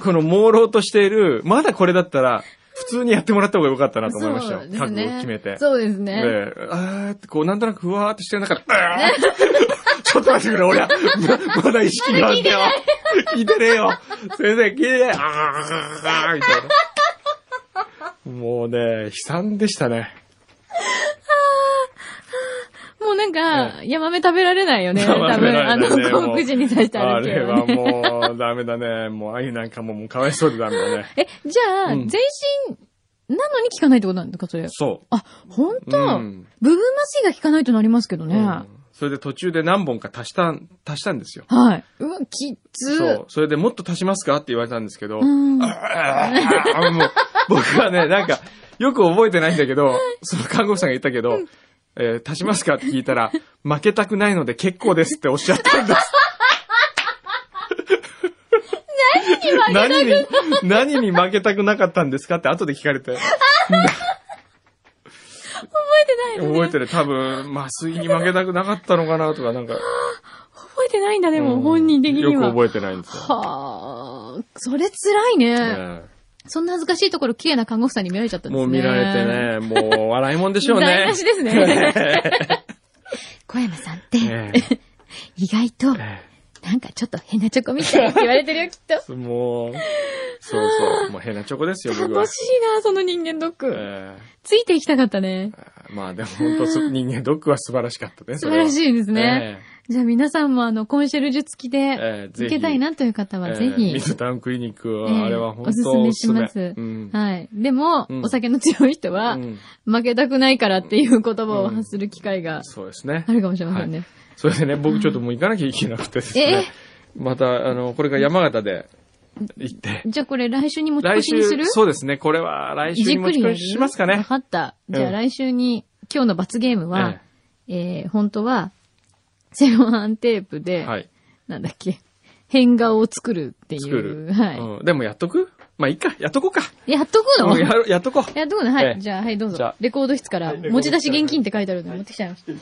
[SPEAKER 4] この朦朧としている、まだこれだったら、普通にやってもらった方が良かったなと思いましたよ。
[SPEAKER 1] そうですね
[SPEAKER 4] 覚悟を決めて。
[SPEAKER 1] そうですね。
[SPEAKER 4] で、あーってこう、なんとなくふわーっとしてる中で、 [laughs] あーってちょっと待ってくれ、俺は、 [laughs] ままだ意識があるんだよ。聞いてねえよ。先生、聞いてねえ。あーあー、あーみたいな。もうね、悲惨でしたね。
[SPEAKER 1] もうなんか、ヤマメ食べられないよね。
[SPEAKER 4] ヤマメ
[SPEAKER 1] 多
[SPEAKER 4] 食べ
[SPEAKER 1] 分、
[SPEAKER 4] ら
[SPEAKER 1] あ
[SPEAKER 4] れな
[SPEAKER 1] の、
[SPEAKER 4] いね
[SPEAKER 1] 航空時に対してあ
[SPEAKER 4] あ
[SPEAKER 1] るけ
[SPEAKER 4] れ
[SPEAKER 1] ど、
[SPEAKER 4] は
[SPEAKER 1] ね。
[SPEAKER 4] もう、ダメだね。もう、あゆなんかももう、かわいそうでダメだね。
[SPEAKER 1] [laughs] え、じゃあ、
[SPEAKER 4] うん
[SPEAKER 1] 全身なのに効かないってことなんですか、それ。
[SPEAKER 4] そう。
[SPEAKER 1] あ、本当、
[SPEAKER 4] うん
[SPEAKER 1] 部分麻酔が効かないとなりますけどね。
[SPEAKER 4] うんそれで途中で何本か足したん、足したんですよ。
[SPEAKER 1] はい。うわ、きつ
[SPEAKER 4] そう。それでもっと足しますかって言われたんですけど、
[SPEAKER 1] うん。
[SPEAKER 4] あもう僕はね、なんか、よく覚えてないんだけど、その看護婦さんが言ったけど、えー足しますかって聞いたら、負けたくないので結構ですっておっしゃったんです。何に負けたく何に、何に負けたくなかったんですかって後で聞かれて。
[SPEAKER 1] 覚えてないのね
[SPEAKER 4] 覚えてる。多分、麻酔に負けたくなかったのかなとか、なんか、
[SPEAKER 1] 覚えてないんだ、で
[SPEAKER 4] う
[SPEAKER 1] も、
[SPEAKER 4] ん
[SPEAKER 1] 本人的には。
[SPEAKER 4] よく覚えてないんですよ。
[SPEAKER 1] はあ、それ辛いね。
[SPEAKER 4] え
[SPEAKER 1] そんな恥ずかしいところ、綺麗な看護婦さんに見られちゃった
[SPEAKER 4] え
[SPEAKER 1] んです
[SPEAKER 4] も
[SPEAKER 1] ね。
[SPEAKER 4] う見られてね、もう笑いもんでしょう
[SPEAKER 1] [laughs] 台
[SPEAKER 4] ね
[SPEAKER 1] 無。しですね。 [laughs] 小山さんって、
[SPEAKER 4] ええ
[SPEAKER 1] 意外と、
[SPEAKER 4] え
[SPEAKER 1] なんかちょっと変なチョコみたいって言われてるよ、きっと。
[SPEAKER 4] えもう、そうそう、もう変なチョコ [laughs] ですよ、僕は
[SPEAKER 1] 楽。しいな、その人間ドック。
[SPEAKER 4] え
[SPEAKER 1] ついていきたかったね。
[SPEAKER 4] えまあでも本当そ、人間ドックは素晴らしかったね。
[SPEAKER 1] 素晴らし
[SPEAKER 4] い
[SPEAKER 1] いですね。。じゃあ皆さんもあの、コンシェルジュ付きで、
[SPEAKER 4] ええ
[SPEAKER 1] 受けたいなという方はぜ
[SPEAKER 4] えーミ
[SPEAKER 1] ひ。
[SPEAKER 4] スタウンクリニック
[SPEAKER 1] えー
[SPEAKER 4] は、あれは本
[SPEAKER 1] おすす
[SPEAKER 4] 当
[SPEAKER 1] め
[SPEAKER 4] おすすめ。
[SPEAKER 1] します
[SPEAKER 4] うん。
[SPEAKER 1] はい。でも、
[SPEAKER 4] うん
[SPEAKER 1] お酒の強い人は
[SPEAKER 4] う、ん
[SPEAKER 1] 負けたくないからっていう言葉を発する機会が
[SPEAKER 4] そうですね
[SPEAKER 1] あ。るかもしれませんね。
[SPEAKER 4] それでね、僕ちょっともう行かなきゃいけなくてですね。また、あの、これが山形で行って。
[SPEAKER 1] じゃあこれ来週に持ち越
[SPEAKER 4] 来
[SPEAKER 1] しに
[SPEAKER 4] 週
[SPEAKER 1] する、
[SPEAKER 4] そうですね。これは来週に持ち越ししますか
[SPEAKER 1] わ
[SPEAKER 4] ね。
[SPEAKER 1] かった。じゃ
[SPEAKER 4] う
[SPEAKER 1] あ
[SPEAKER 4] ん
[SPEAKER 1] 来週に、今日の罰ゲームは
[SPEAKER 4] え、
[SPEAKER 1] えー本当は、セロハンテープで、
[SPEAKER 4] はい。
[SPEAKER 1] なんだっけ、変顔を作るっていう。
[SPEAKER 4] 作る。
[SPEAKER 1] はい。
[SPEAKER 4] うんでもやっとくまあいいか。やっとこうか。
[SPEAKER 1] やっとく
[SPEAKER 4] う
[SPEAKER 1] の
[SPEAKER 4] んやるやっとこう。
[SPEAKER 1] やっとくのは
[SPEAKER 4] え
[SPEAKER 1] い。
[SPEAKER 4] え
[SPEAKER 1] じゃあ、はい、どう
[SPEAKER 4] じゃ
[SPEAKER 1] ぞ
[SPEAKER 4] あ。
[SPEAKER 1] レコード室から、
[SPEAKER 4] はいレコード室
[SPEAKER 1] 持ち出し現金って書いてあるので持ってきちゃいました。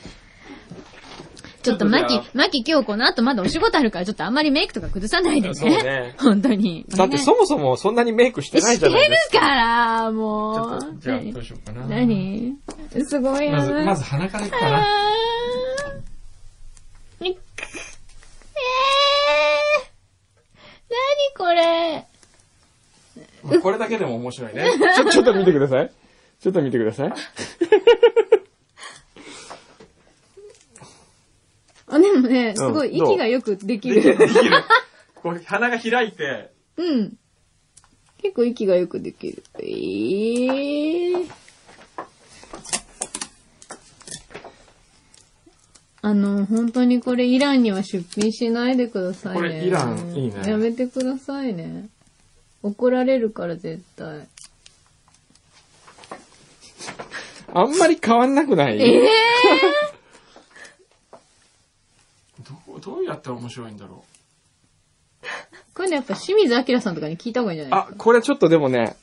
[SPEAKER 1] ちょっと、マ
[SPEAKER 4] ち
[SPEAKER 1] キ
[SPEAKER 4] ょっとじゃ、
[SPEAKER 1] マキ今日この後まだお仕事あるから、ちょっとあんまりメイクとか崩さないでね。
[SPEAKER 4] そうね
[SPEAKER 1] 本当に。
[SPEAKER 4] だってそもそもそんなにメイクしてないじゃないです
[SPEAKER 1] してるから、も
[SPEAKER 4] か。
[SPEAKER 1] う。
[SPEAKER 4] じゃあどうしようかな。
[SPEAKER 1] 何何すごいよ
[SPEAKER 4] ま
[SPEAKER 1] な。
[SPEAKER 4] ず、まず鼻からいくかな。
[SPEAKER 1] あー。えー、何これ
[SPEAKER 4] まあこれだけでも面
[SPEAKER 1] [laughs]
[SPEAKER 4] 白いね。ちょ、ちょっと見てください。ちょっと見てください。
[SPEAKER 1] あ、でもね、すごい
[SPEAKER 4] どう
[SPEAKER 1] 息がよくできる。
[SPEAKER 4] こう、鼻が開いて、
[SPEAKER 1] うん。結構息がよくできる。えー。あの、本当にこれイランには出品しないでくださいね。
[SPEAKER 4] これイランいいね
[SPEAKER 1] やめてくださいね。怒られるから絶対。
[SPEAKER 4] あんまり変わんなくない
[SPEAKER 1] ええ
[SPEAKER 4] どうどうやったら面白いんだろ
[SPEAKER 1] ー、 [laughs] これね、やっぱ清水明さんとかに聞いた方がいいんじ
[SPEAKER 4] う。
[SPEAKER 1] ゃない
[SPEAKER 4] あ、これちょっとでもね、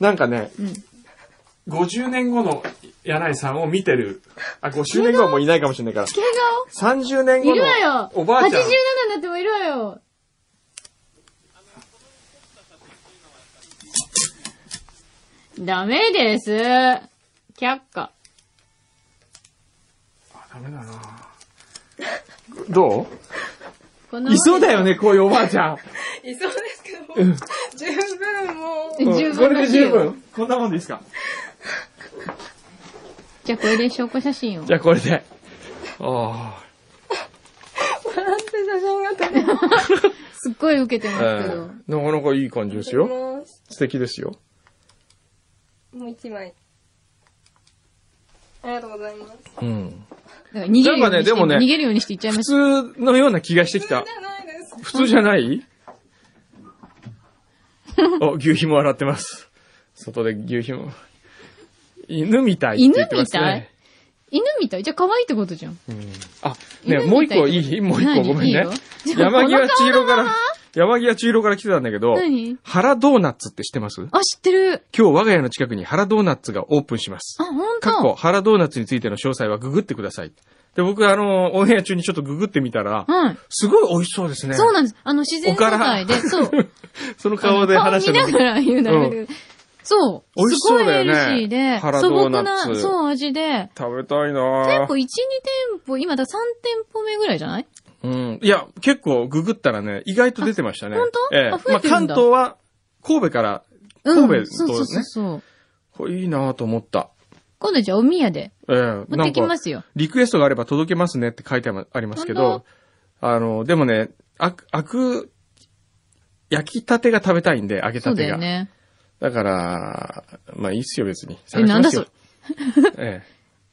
[SPEAKER 4] なんかね、
[SPEAKER 1] うん
[SPEAKER 4] 50年後の柳井さんを見てる。あ、50年後はもういないかもしれないから。
[SPEAKER 1] 怪
[SPEAKER 4] 30年
[SPEAKER 1] 我を
[SPEAKER 4] 後
[SPEAKER 1] いるわよ
[SPEAKER 4] のおばあちゃ
[SPEAKER 1] !87
[SPEAKER 4] ん
[SPEAKER 1] に。なってもいるわよダメです却下。
[SPEAKER 4] あダメだな [laughs] ど
[SPEAKER 1] こ
[SPEAKER 4] ういそうだよね、こういうおばあちゃん。
[SPEAKER 2] いそうですけど、もう十分もう、
[SPEAKER 1] 十分
[SPEAKER 4] うんこれで十分。こんなもんでいいですか
[SPEAKER 1] じゃあこれで証拠写真を。
[SPEAKER 4] じゃあこれで。あ
[SPEAKER 2] 笑って写真が撮れ
[SPEAKER 1] すっごい受けてま
[SPEAKER 4] あ、
[SPEAKER 1] す
[SPEAKER 4] え
[SPEAKER 1] けど。
[SPEAKER 4] えなかなかいい感じですよ。
[SPEAKER 2] ます。
[SPEAKER 4] 素敵ですよ。
[SPEAKER 2] もう一枚。ありがとうございます。
[SPEAKER 4] うん。
[SPEAKER 1] だから逃げるようにして、
[SPEAKER 4] なんかねでもね
[SPEAKER 1] 逃げるようにしていっちゃいま
[SPEAKER 4] 普
[SPEAKER 1] した。
[SPEAKER 4] 通のような気がしてきた
[SPEAKER 2] じ。ゃないです。
[SPEAKER 4] 普通じゃないお、牛皮も洗ってます。外で牛皮も。犬みたいって言ってますね。
[SPEAKER 1] 犬みたいじゃあ可愛いってことじゃん。
[SPEAKER 4] あ、ね、
[SPEAKER 1] 犬みたい
[SPEAKER 4] もう一個いいもう一個
[SPEAKER 1] 何
[SPEAKER 4] ごめんね。
[SPEAKER 1] いいよ
[SPEAKER 4] 山際千
[SPEAKER 1] この顔の
[SPEAKER 4] 尋か
[SPEAKER 1] ま
[SPEAKER 4] ら
[SPEAKER 1] ま、
[SPEAKER 4] 山際千尋から来てたんだけど
[SPEAKER 1] 何、
[SPEAKER 4] 原ドーナツって知ってます
[SPEAKER 1] あ、知ってる。
[SPEAKER 4] 今日我が家の近くに原ドーナツがオープンします
[SPEAKER 1] あ、。ほんと。
[SPEAKER 4] 過去、原ドーナツについての詳細はググってください。で、僕、あの、オンエア中にちょっとググってみたら、
[SPEAKER 1] はい。
[SPEAKER 4] すごい美味しそうですね。
[SPEAKER 1] そうなんです。あの、自然
[SPEAKER 4] お
[SPEAKER 1] 素
[SPEAKER 4] から
[SPEAKER 1] 材で、
[SPEAKER 4] [laughs]
[SPEAKER 1] そう。
[SPEAKER 4] その顔で話して
[SPEAKER 1] 顔見ながら言うのやめてくださいそう。
[SPEAKER 4] 美味しそうだよね
[SPEAKER 1] すごいヘルシーで、
[SPEAKER 4] 腹
[SPEAKER 1] 素
[SPEAKER 4] ドー
[SPEAKER 1] 朴
[SPEAKER 4] ナツ
[SPEAKER 1] な、そう、味で。
[SPEAKER 4] 食べたいな
[SPEAKER 1] 結
[SPEAKER 4] ぁ
[SPEAKER 1] 構1、2店舗、今だ3店舗目ぐらいじゃない
[SPEAKER 4] うん。いや、結構ググったらね、意外と出てましたね。
[SPEAKER 1] あ本当
[SPEAKER 4] ええ
[SPEAKER 1] あ増えてるんだ
[SPEAKER 4] まあ、関東は、神戸から、
[SPEAKER 1] うん。
[SPEAKER 4] 神戸
[SPEAKER 1] そう
[SPEAKER 4] と
[SPEAKER 1] そうそう
[SPEAKER 4] ね、
[SPEAKER 1] そう。
[SPEAKER 4] これいいなぁと思った。
[SPEAKER 1] 今度じゃあお宮で
[SPEAKER 4] ええ
[SPEAKER 1] 持ってき
[SPEAKER 4] な
[SPEAKER 1] ま
[SPEAKER 4] んか、
[SPEAKER 1] すよ。
[SPEAKER 4] リクエストがあれば届けますねって書いてありますけ
[SPEAKER 1] 本
[SPEAKER 4] ど、あの、でもね、あく、あく、焼きたてが食べたいんで、揚げ
[SPEAKER 1] そ
[SPEAKER 4] た
[SPEAKER 1] うだ
[SPEAKER 4] てが。
[SPEAKER 1] よね。
[SPEAKER 4] だから、まあいいっすよ、別に。
[SPEAKER 1] え、なんだそ
[SPEAKER 4] 探
[SPEAKER 1] れ
[SPEAKER 4] し。ますよ
[SPEAKER 1] [laughs]
[SPEAKER 4] え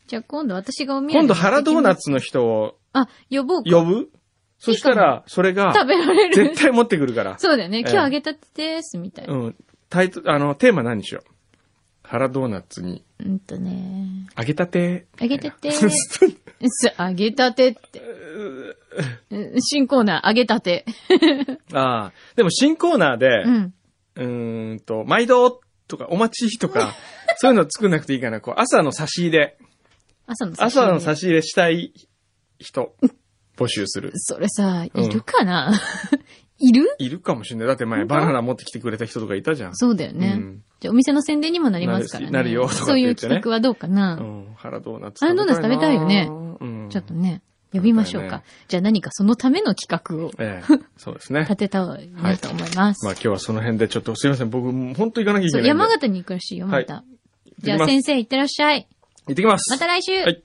[SPEAKER 1] じゃあ今度私がお
[SPEAKER 4] え
[SPEAKER 1] 宮で
[SPEAKER 4] 今度、原ドーナ
[SPEAKER 1] ツ。
[SPEAKER 4] ツの人を
[SPEAKER 1] あ、呼ぼうか。
[SPEAKER 4] 呼ぶそしたら、それが、
[SPEAKER 1] 食べられる
[SPEAKER 4] 絶。対持ってくるから。
[SPEAKER 1] そうだよね。今
[SPEAKER 4] え
[SPEAKER 1] 日
[SPEAKER 4] え
[SPEAKER 1] あげたてです、みたいな。
[SPEAKER 4] うん。タイトル、あの、テーマ何にしよう。原ドーナツに、
[SPEAKER 1] うんとね。
[SPEAKER 4] 揚げたて。
[SPEAKER 1] あげたて。
[SPEAKER 4] そうすると
[SPEAKER 1] すあげたてって。うん新コーナー、あげたて。
[SPEAKER 4] [laughs] ああ。でも新コーナーで、
[SPEAKER 1] う。
[SPEAKER 4] うんーんと、毎度とか、お待ちとか、
[SPEAKER 1] [laughs]
[SPEAKER 4] そういうの作んなくていいかな。こう、朝の差し入れ。
[SPEAKER 1] 朝の
[SPEAKER 4] 朝の差し入れしたい人。募集する。
[SPEAKER 1] それさ、
[SPEAKER 4] うん
[SPEAKER 1] いるかな、 [laughs] いる
[SPEAKER 4] いるかもしれない。だって前バナナ持ってきてくれた人とかいたじゃん。
[SPEAKER 1] そうだよね。
[SPEAKER 4] うん
[SPEAKER 1] じゃあお店の宣伝にもなりますからね。
[SPEAKER 4] なるしなるよとかって
[SPEAKER 1] そうい
[SPEAKER 4] 言
[SPEAKER 1] う
[SPEAKER 4] ってね
[SPEAKER 1] 企画はどうかな、
[SPEAKER 4] うん。腹ドーナツ
[SPEAKER 1] 腹ドーナツ食べたいよね
[SPEAKER 4] 食べたいなうん。
[SPEAKER 1] ちょっとね、呼びましょう
[SPEAKER 4] そう
[SPEAKER 1] か。
[SPEAKER 4] だよね
[SPEAKER 1] じゃあ何かそのための企画を
[SPEAKER 4] ええ。そうですね。
[SPEAKER 1] [laughs] 立てたいなと思います。
[SPEAKER 4] まあ今日はその辺でちょっとすいません。僕、もう本当行かなきゃいけ
[SPEAKER 1] そう、
[SPEAKER 4] ないんで。
[SPEAKER 1] 山形に行くらしいよ、また。
[SPEAKER 4] 行って
[SPEAKER 1] じ
[SPEAKER 4] き
[SPEAKER 1] ゃ
[SPEAKER 4] ます
[SPEAKER 1] あ先生行ってらっしゃい。
[SPEAKER 4] 行ってきます。
[SPEAKER 1] また来週、
[SPEAKER 4] はい